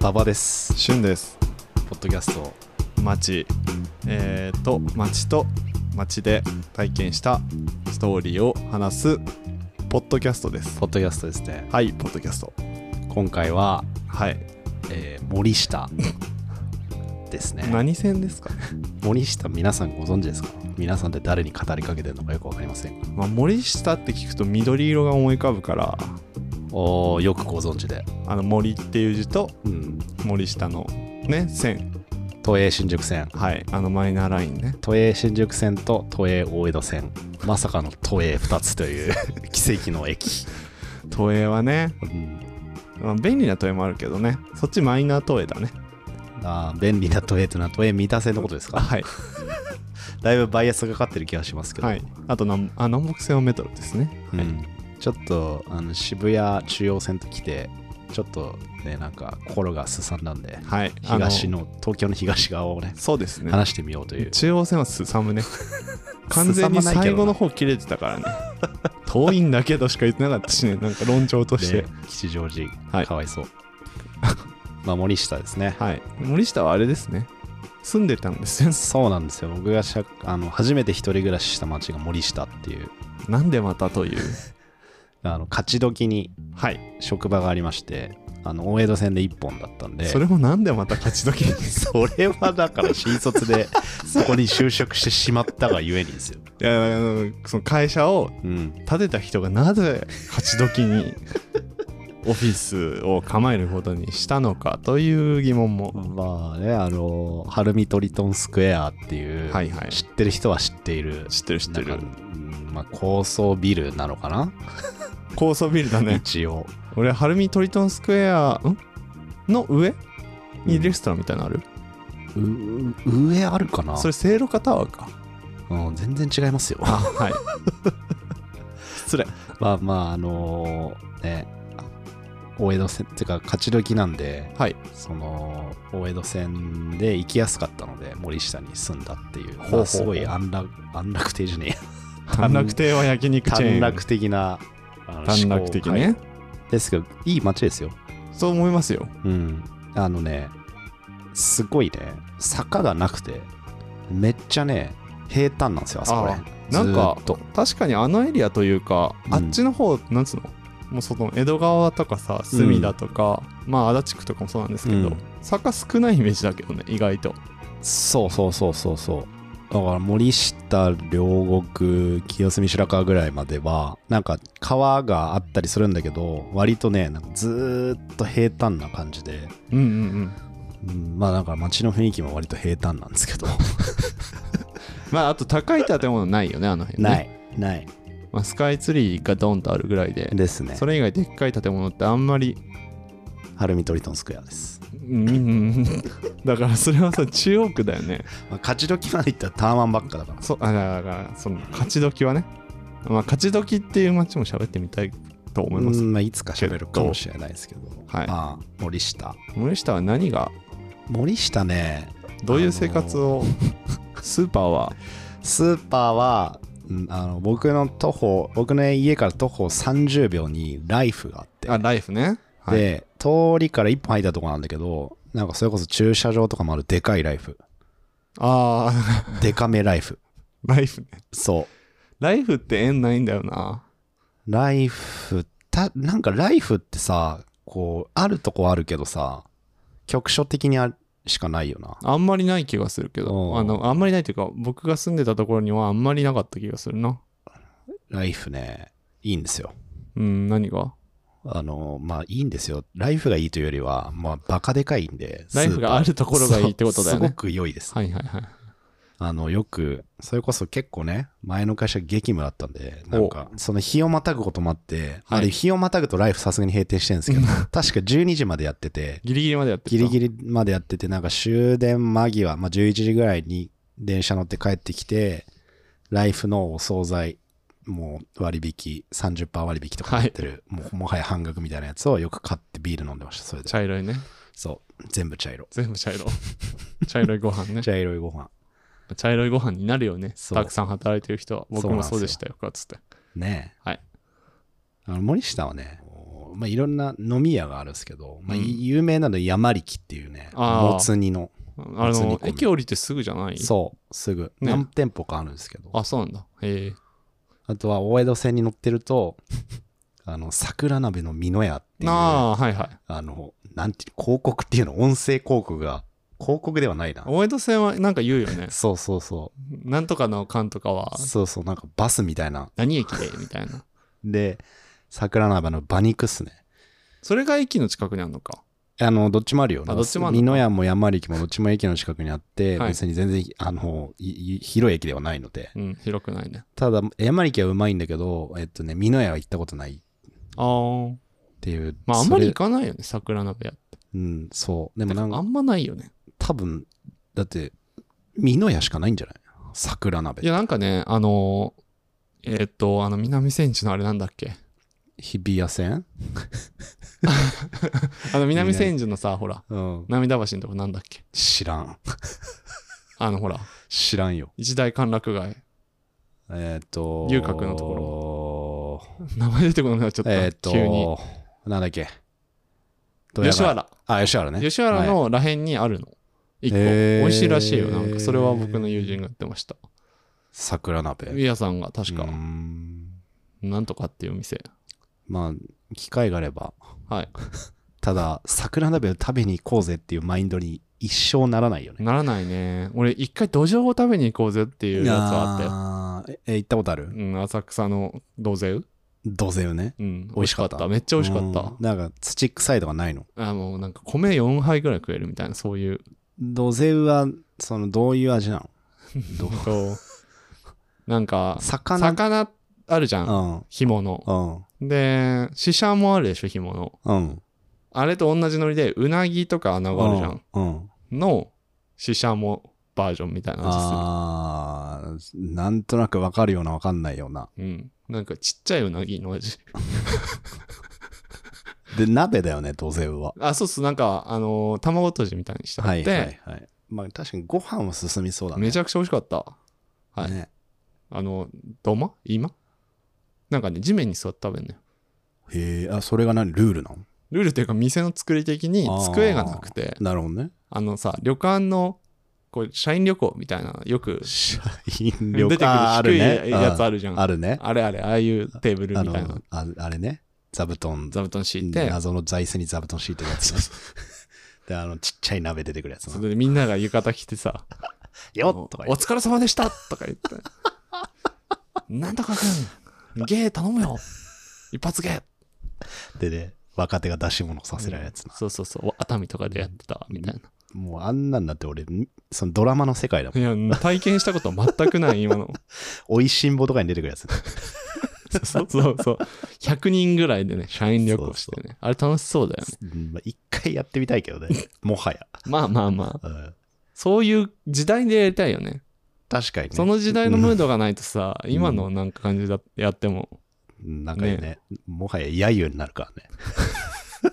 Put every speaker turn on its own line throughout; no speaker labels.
馬場です
旬です
ポッドキャスト
街えっ、と街と街で体験したストーリーを話すポッドキャストです
ポッドキャストですね
はいポッドキャスト
今回は、
はい
えー森下ですね
何線ですか、
森下皆さんご存知ですか皆さんって誰に語りかけてるのかよくわかりませんが
まあ、森下って聞くと緑色が思い浮かぶから
おーよくご存知で
あの森っていう字と
うん
森下のね線
都営新宿線
はいあのマイナーラインね
都営新宿線と都営大江戸線まさかの都営2つという 奇跡の駅、
都営はね、
うん、
まあ、便利な都営もあるけどねそっちマイナー都営だね
あー便利な都営というのは都営三田線のことですか
はい
だいぶバイアスがかかってる気がしますけど、
はいあと南あ南北線はメトロですね
う
はい
ん、ちょっとあの渋谷中央線と来てちょっとねなんか心がすさんだんで
はいあ
東の東京の東側をね
そうですね
話してみようという
中央線はす さむね完全に最後の方切れてたからね遠いんだけどしか言ってなかったしねなんか論調として
で吉祥寺、
はい
かわいそう まあ森下ですね
はい森下はあれですね住んでたんですよ
そうなんですよ僕がしゃあの初めて一人暮らしした町が森下っていう
なんでまたという
あの勝ち時に
はい
職場がありましてあの大江戸線で1本だったんで
それもなんでまた勝ち時に
それはだから新卒でそこに就職してしまったがゆえにですよ、
いやあのその会社を
うん、
建てた人がなぜ勝ち 時にオフィスを構えることにしたのかという疑問も、
まあね、あの、ハルミトリトンスクエアっていう、
はいはい
知ってる人は知っている、
知ってる知って
なんか
る
うんまあ、高層ビルなのかな、
高層ビルだね
一応。
俺晴海トリトンスクエアんの上にレストランみたいなのある、
う上あるかな
それセイロカタワーか
うん、全然違いますよ。
あ はい失礼
まあまあ、あのね、大江戸線っていうか、勝ち時なんで、
はい
その、大江戸線で行きやすかったので、森下に住んだっていう、
ほうほうほう
まあすごい安楽、安楽亭じゃねえや
短絡亭は焼肉チェー
短
ン
絡的な、あの
短絡的ね、
思考はいですけど、いい街ですよ。
そう思いますよ
うん。あのね、すごいね、坂がなくて、めっちゃね、平坦なんですよ、あそこね。
あなんか
ずーっと
確かにあのエリアというか、
うん
あっちの方なんつうのもうその江戸川とかさ隅田とか、まあ足立区とかもそうなんですけど、
うん
坂少ないイメージだけどね意外と
そうそうそうそうそう。だから森下、両国、清澄白河ぐらいまでは、なんか川があったりするんだけど、割とね、なんかずーっと平坦な感じで、
うんうんうん
うんまあだから街の雰囲気も割と平坦なんですけ ど、
まああと高い建物ないよねあの辺ね
ない、ない
まあ、スカイツリーがドンとあるぐらいで
ですね
そ。れ以外でっかい建物ってあんまり
ハルミトリトンスクエアです。
うんうんうん だからそれはさ中央区だよね
まあ、勝ち時まで行ったらターマンばっかだから
そあだからその勝ち時はね、まあ、勝ち時っていう街も喋ってみたいと思います、
うんまあ、いつか喋るかもしれないですけど、
はい
まあ、森下
森下は何が
森下ね
どういう生活を、スーパーは
スーパーは、うんあの僕の徒歩僕の家から徒歩30秒にライフがあって
あライフね、はい、
で通りから一本入ったとこなんだけどなんかそれこそ駐車場とかもあるでかいライフ
ああ
でかめライフ
ライフね
そ
ライフって縁ないんだよな
うライフたなんかライフってさこうあるとこはあるけどさ局所的にあしかないよな
あんまりない気がするけ
お
ど
う
あのあんまりないというか僕が住んでたところにはあんまりなかった気がするな
ライフね、いいんですよ。
うん何が
あの、まあいいんですよ。ライフがいいというよりは、まあバカでかいんで。
ライフがあ
る
るところがいいってことだよね
すごく良いです。
はいはいはい
あの、よく、それこそ結構ね、前の会社激務だったんで、なんか、その日をまたぐこともあって、
はい
あれ日をまたぐとライフさすがに閉店してるんですけ ど、確か12時までやってて、
ギリギリまでやってた
ギリギリまでやってて、なんか終電間際、まあ11時ぐらいに電車乗って帰ってきて、ライフのお惣菜、もう割引、30%割引とかやってる、もうもはや半額みたいなやつをよく買ってビール飲んでました、それで。
茶色いね
そう、全部茶色。
全部 茶色茶色いご飯ね
茶色いご飯。
茶色いご飯になるよね
そう
たくさん働いてる人は僕もそうでしたよかつって
ねえ。
はい
あの森下はね、まあ、いろんな飲み屋があるんですけど、まあ、
うん
有名なの山力っていうね、
あー
もつ煮の。
あ
普通に
の
こう
駅降りてすぐじゃない
そう、すぐ。
ね
何店舗かあるんですけど。
あそうなんだへえ
あとは、大江戸線に乗ってる と、あの、桜鍋の美濃屋っていう、あ
ああーはいはい
の、なんていう、広告っていうの、音声広告が、広告ではないな。
大江戸線はなんか言うよね
そうそうそ
なんとかの間とかは
う。そうそう、なんかバスみたいな。
何駅でみたいな
で、桜鍋の馬肉っすね。
それが駅の近くにあるのか
あの、どっちもあるよ。
あどっちもある
美
の
濃
か
屋も山力もどっちも駅の近くにあって、
はい
別に全然、あの、いい広い駅ではないので。
うん広くないね
ただ、山力はうまいんだけど、えっとね、美濃屋は行ったことないっ
ああ
ていう。
まああんまり
そ
行
れ
かないよね桜鍋屋って
うん、そう。でもなん
あ
か、
んまないよね
多分、だって、美濃屋しかないんじゃない桜鍋
い。や、なんかね、あのー、えーっと、あの、南千住のあれなんだっけ。
日比谷線
あの、南千住のさ、ほら、
うん。
涙橋のとこなんだっけ。
知らん。
あの、ほら、
知らんよ。
一大歓楽街。
えっ、と、
遊郭のと
ころ。
名前出てこなくなっちゃった。
えっ、と、
急に。
なんだっけ。どうやら
吉。原。
あ、吉原ね。
吉原
はい
のらへんにあるの。一個。
へー
美味しいらしいよ。なんか、それは僕の友人が言ってました。
桜鍋。
ウィアさんが確か
うー、ん
なんとかっていうお店。
まあ、機会があれば。
はい。
ただ、桜鍋を食べに行こうぜっていうマインドに一生ならないよね。
ならないね。俺、一回土壌を食べに行こうぜっていうやつはあったよ。
あーえ、え行ったことある
うん、浅草の土壌
どうせよね。
うん、
美味しかった
めっちゃ美味しかった。
うんなんか土臭いとかないの
あもうなんか米4杯ぐらい食えるみたいなそういう
どぜうはそのどういう味なのどう
そうなんか
魚
魚あるじゃん紐の
うん
でシシャもあるでしょ紐の
うんうん
あれと同じノリでうなぎとか穴があるじゃん
うん
のシシャもバージョンみたいな味
あーなんとなくわかるようなわかんないような
するうんなんかちっちゃいうなぎの味
で鍋だよねどぜうは
あそうっすなんかあのー卵とじみたいにしてあ
は
っ
い
て、
はいはいまあ確かにご飯は進みそうだね
めちゃくちゃ美味しかったはい、
ね
あの土間今なんかね地面に座って食べんのよ
へえあそれが何ルールなの
ルールというか店の作り的に机がなくて
なるほどね
あのさ旅館のこう社員旅行みたいなのよく
社員
出て
旅
くる
館あ
低い
ね
やつ
あ
あるじゃん
あるね
あれあれああいうテーブル
あ
みたいな
のああれね座布団
座布団敷いて
謎の座椅子に座布団敷いてるやつ であのちっちゃい鍋出てくるやつ
それでみんなが浴衣着てさ「あ
よ
の
っとか
お
言って
疲れ様でした!」とか言って 「なんとかくん芸頼むよ一発芸!
でね若手が出し物さ」せられるやつな、
そうそうそう熱海とかでやってたみたいな
もうあんなんだって俺そのドラマの世界だもん
いや体験したこと全くない今の
おいしんぼとかに出てくるやつ
そうそうそう100人ぐらいでね社員旅行してねあれ楽しそうだよね
うんまあ一回やってみたいけどねもはや、
まあまあまあ
うん
そういう時代でやりたいよね。
確かにね
その時代のムードがないとさ、今のなんか感じだやっても、
うんなんかねもはや揶揄になるからね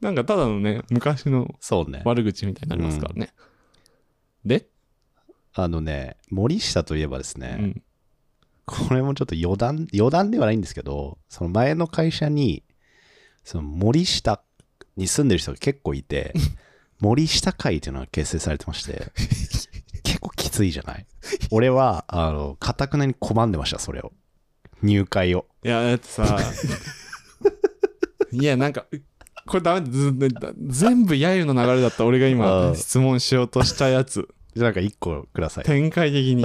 なんかただのね、昔の
そうね
悪口みたいになりますからね。で、
あのね森下といえばです
う
ね、
ん、
これもちょっと余談、余談ではないんですけど、その前の会社に、その森下に住んでる人が結構い て、森下会っていうのが結成されてまして、結構きついじゃない俺は、あの、かたくなに拒んでました、それを。入会を。
いや、だっ てさ、いや、なんか、これダメだずず全部揶揄の流れだった俺が
う
今
ん
質問しようとしたやつ、
なんか一個ください。
展開的 に。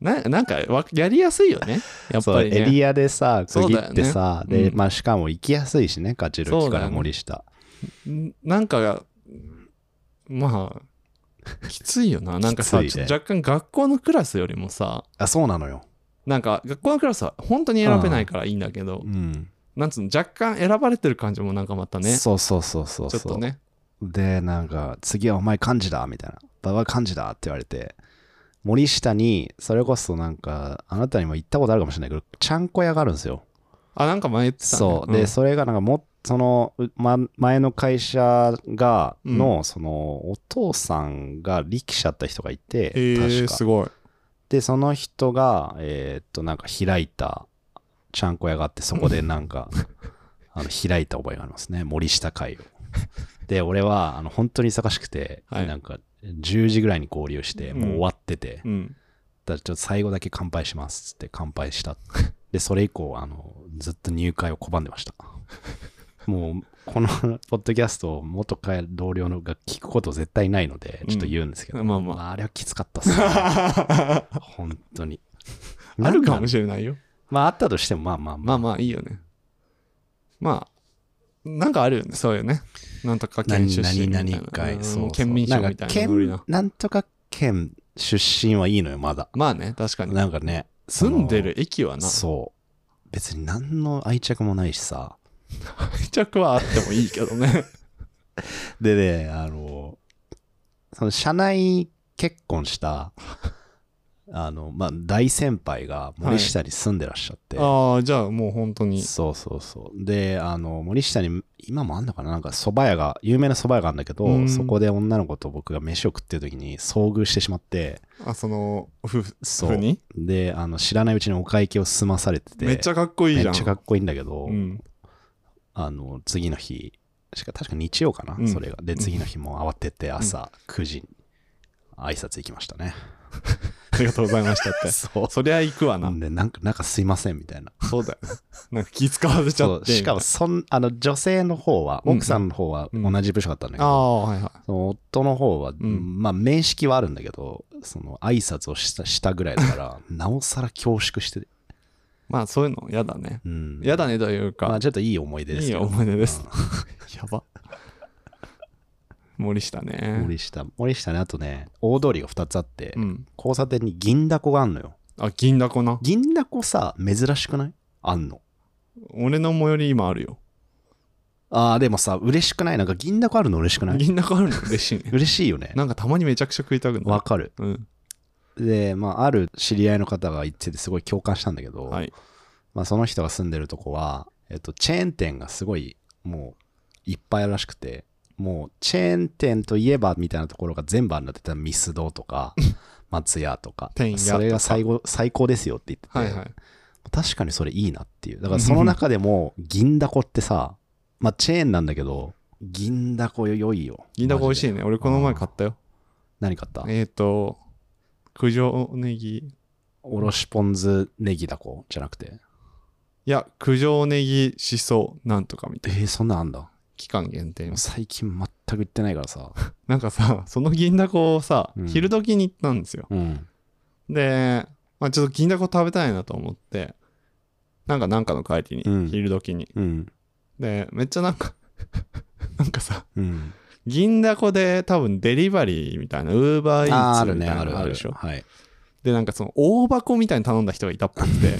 ななんかわやりやすいよね、やっ
そう
ぱり
エ
ね。
リアでさ、区切ってさ、
そうだよね
で、
うん
まあしかも行きやすいしね、勝ちる
そ
気
う
か
だよ
ら
ね
森下。
んなんか、まあ、きついよな。なんかさ、
きついね
ちょっと若干学校のクラスよりもさ、
あ、そうなのよ。
なんか学校のクラスは本当に選べないからいいんだけど、
うん。
なんつうの、若干選ばれてる感じもなんかまたね、
そうそうそうそう
ち
そ
ょ
う。
っとね、
で、なんか、次はお前漢字だみたいな。ババア漢字だって言われて、森下に、それこそなんか、あなたにも行ったことあるかもしれないけど、ちゃんこ屋があるんですよ。
あ、なんか前言ってたね。
そう。
ん
で、それがなんかも、その、うま、前の会社が、の、その、お父さんが力士だった人がいて、
へえ
確
す
か。
ごい。
で、その人が、えーっと、なんか開いた、ちゃんこ屋があって、そこでなん か、あの開いた覚えがありますね。森下会を。で、俺は、あの、本当に忙しくて、
はい
なんか、10時ぐらいに合流して、もう終わってて、
うん。
だからちょっと最後だけ乾杯しますっつって乾杯した。で、それ以降、あの、ずっと入会を拒んでました。もう、このポッドキャストを元か同僚のが聞くこと絶対ないので、ちょっと言うんですけど、
まあまあ。
まあ、あれはきつかったっす、ね、 本当に。
あるか
なん
もしれないよ。
まあ、あったとしても、まあまあまあ、
まあまあいいよね。まあ、なんかあるよね、そうよね。なんとか県
何
出身
何
みたいな。
何回、
ん
そうそう
県民賞みたいなノリ
なんか県
な。
なんとか県出身はいいのよ、まだ。
まあね、確かに。
なんかね、
住んでる駅はな、
そう。別に何の愛着もないしさ。
愛着はあってもいいけどね。
でね、あの、その社内結婚 した、あの、まあ、大先輩が森下に住んでらっしゃって、
ああ、じゃあもう本当に。
そうそうそう。で、あの、森下に、今もあんのかななんか蕎麦屋が、有名な蕎麦屋があるんだけ
う
ど、
ん
そこで女の子と僕が飯を食ってる時に遭遇してしまって、
あ、その、夫婦
そう
に
で、あの、知らないうちにお会計を済まされてて、
めっちゃかっこいいじ
め
ゃ
っ
ん。
ちゃかっこいいんだけど、
うん。
あの、次の日、しか確か日曜かな、
うん
それが。で、
うん
次の日も慌てて朝9時に挨拶行きましたね。
ありがとうございましたっ て。
そう。
そりゃ行くわな。
で、なんか、なんかすいませんみたいな。
そうだよ。なんか気使わせちゃ
そ
っ
う
て。
しかも、そん、あの、女性の方は、
うんうん
奥さんの方は同じ部署だったんだけ
みたいな。
ど、
ああ、はいはい。
その夫の方は、
ん
まあ、面識はあるんだけど、その、挨拶をしたしたぐらいだ から、なおさら恐縮して、
まあそういうの嫌だね。
うん。
嫌だねという
まあ、
か、
ちょっといい思い出です
い
け
い
ど
思い出です
うん。
やば。森下ね。
森下、森下ね、あとね、大通りが2つあって、
うん。
交差点に銀だこがあんのよ。
あ、銀だこな。
銀だこさ、珍しくないあんの。
俺の最寄り今あるよ。
ああ、でもさ、嬉しくないなんか銀だこあるの嬉しくない
銀だこあるの嬉しい ね。
嬉しいよね。
なんかたまにめちゃくちゃ食いたくな
わ
る。
かる。
うん。
で、まあ、ある知り合いの方が言っててすごい共感したんだけど、
はい。
まあ、その人が住んでるとこは、えっと、チェーン店がすごい、もう、いっぱいあるらしくて、もう、チェーン店といえばみたいなところが全部あるんだって言ったら、ミスドとか、松屋とか
天、屋とか
それが最後最高ですよって言ってて、
はいはい。
確かにそれいいなっていう。だ からその中でも、銀だこってさ、まあチェーンなんだけど、銀だこ良いよ。
銀だこ美味しい
マジで
ね。俺この前買ったよ。
何買った
えっと、九条ネギ。
おろしポン酢ネギだこじゃなくて。
いや、九条ネギしそなんとかみ
え
たいな。
ー、そんなんあんだ。
期間限定
も
の
う。最近全く行ってないからさ。
なんかさ、その銀だこをさ
う、ん
昼時に行ったんですよ。
うん。
で、まあ、ちょっと銀だこ食べたいなと思って、なんかなんかの帰りに、
うん
昼時に。
うん。
で、めっちゃなんか、 なんかさ、
うん。
銀だこで多分デリバリーみたいな、ウーバーイ
あー
ー
あ
ツ
る
み
ね、
たい
あ
な
る
の
あ
ある
る
でしょ。
はい。
で、なんかその大箱みたいに頼んだ人がいたっぽくて、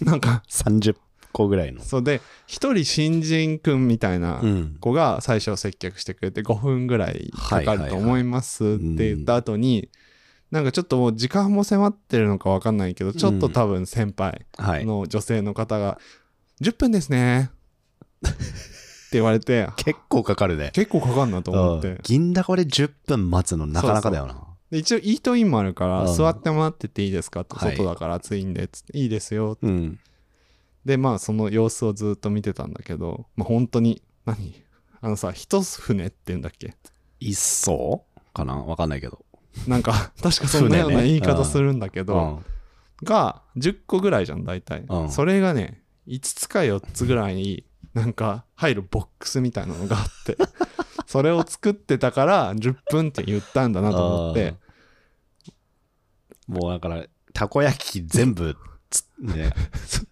なんか、
30個ぐらいの。
そうで、一人新人くんみたいな
うん。
子が最初接客してくれて5分ぐらいかかると思いますって言った後に、なんかちょっともう時間も迫ってるのかわかんないけど、ちょっと多分先輩、
はい。
の女性の方が、10分ですね。って言わ れて、
結構かかるね。
結構かかんなと思っ
う
て
ん。銀だこで10分待つのなかなかだよな。
で一応、イートインもあるから、
うん
座ってもらってていいですかって、
はい
外だから暑いんで、つっていいですよ。
うん。
で、まあ、その様子をずっと見てたんだけど、まあ、本当に、何あのさ、一船って言うんだっけ
一層かなわかんないけど。
なん か、確かそんなよう
船
な
ね
言い方するんだけ
う
ど、
ん。
が10個ぐらいじゃん大体、
うん
それがね5つか4つぐらいになんか入るボックスみたいなのがあ ってそれを作ってたから10分って言ったんだなと思って
もうだから、たこ焼き全部つ、 ね、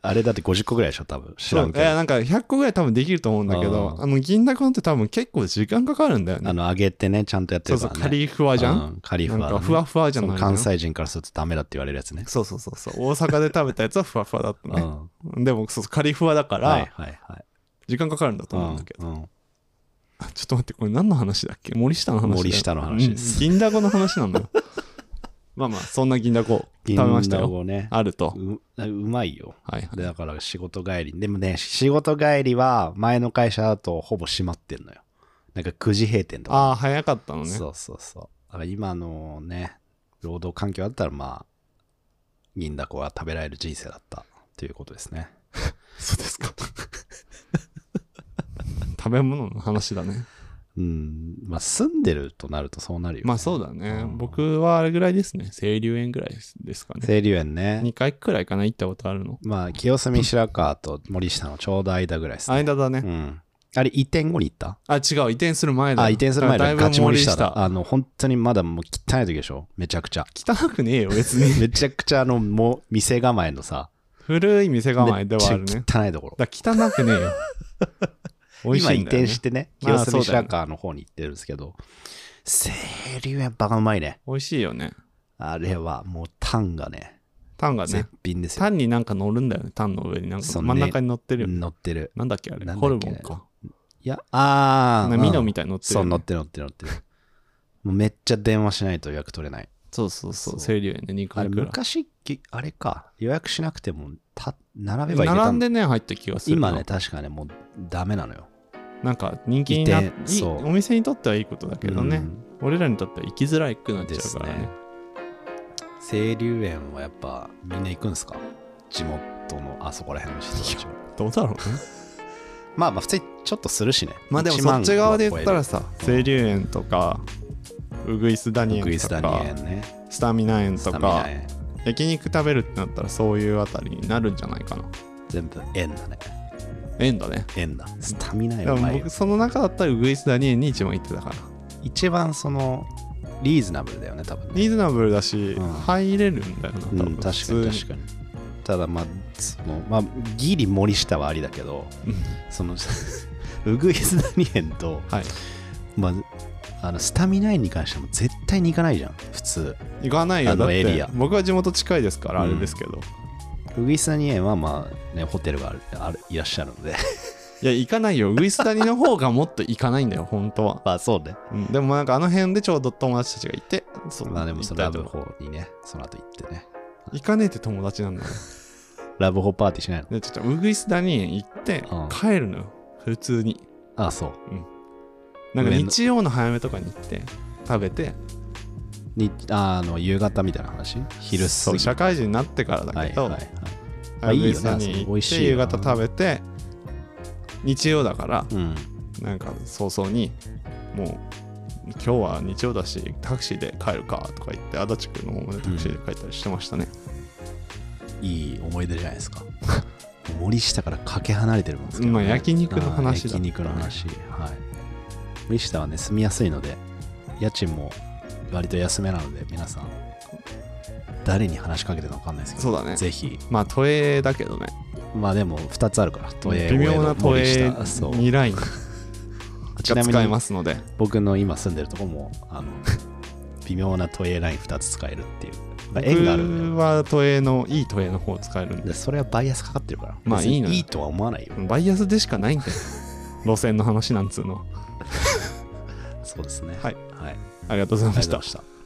あれだって50個ぐらいでしょ、多分。知らん
い
け
や
ど。
なんか100個ぐらい多分できると思うんだけど
うん
あの銀だこって多分結構時間かかるんだよね
あの、揚げてね、ちゃんとやって
そ
る
うそ
か
う
ら、ね。
カリフワじゃん、
うカリフ
な
ワ
ん
だね、
かふわふわじゃ
そ
ないの
の
よ
関西人からするとダメだって言われるやつね。
そうそうそうそう大阪で食べたやつはふわふわだった
う
ね、
ん。
でもそうそうカリフワだか
はい
ら
はいはい。
時間かかるんだと思うんだけど、
うんうん
あちょっと待って、これ何の話だっけ森下の話だよ
森下の話です
うん銀だこの話なんだよ。 まあまあ、そんな銀だこ食べました
銀だ
よ。
こね。
あると。
ううまいよ。
はいはい。
でだから仕事帰り。でもね、仕事帰りは前の会社だとほぼ閉まってんのよ。なんか9時閉店とか。
ああ、早かったのね。
そうそうそう。だから今のね、労働環境だったら、まあ、銀だこが食べられる人生だったっということですね。
そうですか。 食べ物の話だね。
うん。まあ、住んでるとなるとそうなるよ、ね。
まあそうだね。僕はあれぐらいですね。清流園ぐらいですかね。
清流園ね
2。回くらいかな行ったことあるの。
まあ、清澄白河と森下のちょうど間ぐらいですね。
間だね。
うん。あれ、移転後に行った
あ、違う。移転する前だ。
あ、移転する前
だ
だ。
いぶ
ガチ森
森
下
下
だ。あの、本当にまだもう汚い時でしょめちゃくちゃ。
汚くねえよ、別 に。
めちゃくちゃあの、もう、店構えのさ、
古い店構
め
え
っ
で
ち
はあ
ゃ
るね。
汚いところ。
だから汚くねえよ。美味し
今移
いんだ
転
よ、ね。
してね、
まあ
清澄白河の方に行ってるんですけど、清流園バカうまいね。
美味しいよね。
あれはもうタンがね、
タンがね
絶。品ですよ。
タンになんか乗るんだよね。タンの上になんか
そうね
真ん中に乗ってるよね。
乗ってる。
なんだっけあれ
なんだっけ
ホルモンか。
いや、あ
な
ー。
ミノ
うん
みたいに乗ってる
そ
よ
う、
ね、
乗ってる乗ってる乗ってる。もうめっちゃ電話しないと予約取れない。
そうそうそう。
そ
清流園で2
あれ、
回くらい。
昔、きあれか、予約しなくても、た並べばいけた
並ん
んだ
でね、入った気がするな。
今ね、確かね、もうダメなのよ。
なんか人気になっ
移転
いい
そう
お店にとってはいいことだけどね、
うん
俺らにとっては行きづらいくなっちゃ
です
うからね
ね。清流園はやっぱ、みんな行くんですか地元のあそこら辺の人たちは。
どうだろうね
まあまあ、普通にちょっとするしね。
まあでも
1
そ
万
っち側で言ったら
は
さ清流園とかウグイスダ
超え
ニ
る、
園
グイ
と
スダニ
か
園ね。
スタミナ園と
スタミナ
か
園
焼肉食べるってなったらそういうあたりになるんじゃないかな
全部円だね。
縁だね
円だ。スタミナ
で
園
も
うまいよ
僕。その中だったらウグイスダニ園に一番行ってたから
一番その、リーズナブルだよね、多分ね。
リーズナブルだし、
うん
入れるんだよな多
う
分、
ん、確か
普通
に確かに。ただまあ、その、まあ、ギリ森下はありだけど、その、 ウグイスダニ園と、
はい
まあ、あのスタミナ園に関しても絶対に行かないじゃん普通
行かないよ
あの
だって
エリア
僕は地元近いですからあれですけど、
ウグイスダニ園はまあねホテルがあるあるいらっしゃるので
いや、行かないよ。ウイスダニの方がもっと行かないんだよ、本当は。
まあそうね
うん、でもなんかあの辺でちょうど友達たちがいて、そう
まあでもその
行
ラ
った
ブ
りとか
ホにねその後行ってね
行かねえって友達なんだよ。
ラブホパーティーしないの
で、ちょっとウグイスダニ園行って
うん
帰るのよ、普通に。
ああそう
なんか
上の
日曜の早めとかに行って、食べて、
にああの夕方みたいな話昼過
そう
ぎ
社会人になってからだけど、
はいはいはい
ウ
いいよね
グイスダニ園
美
行
味
っ
しい
て夕
よな
方食べて、日曜だから、
うん
なんか早々に、もう、今日は日曜だし、タクシーで帰るかとか言って、足立区の方までタクシーで帰ったりしてましたね。
いい思い出じゃないですか 森下からかけ離れてるもんですけど、ね
まあ焼肉の話だ
ああ焼肉の話はい森下はね住みやすいので家賃も割と安めなので皆さん誰に話しかけてるのか分かんないですけど
そうだね
ぜひ
まあ都営だけどね
まあでも2つあるから都営
微妙な都
森
営
下そう
2ラインが
ちなみ
使えま
に
すので
僕の今住んでるとこもあの 微妙な都営ライン2つ使えるっていう、まあ、縁があるんだよ
僕は都営のいい都営の方を使えるんで
でそれはバイアスかかってるから
まあ
別に
いいのよ
いいとは思わないよ
バイアスでしかないんだよ路線の話なんつうのは
そうですね
はい
はい、
ありがとうござい
ありがとうご
ま
ざ
し
い
た
ました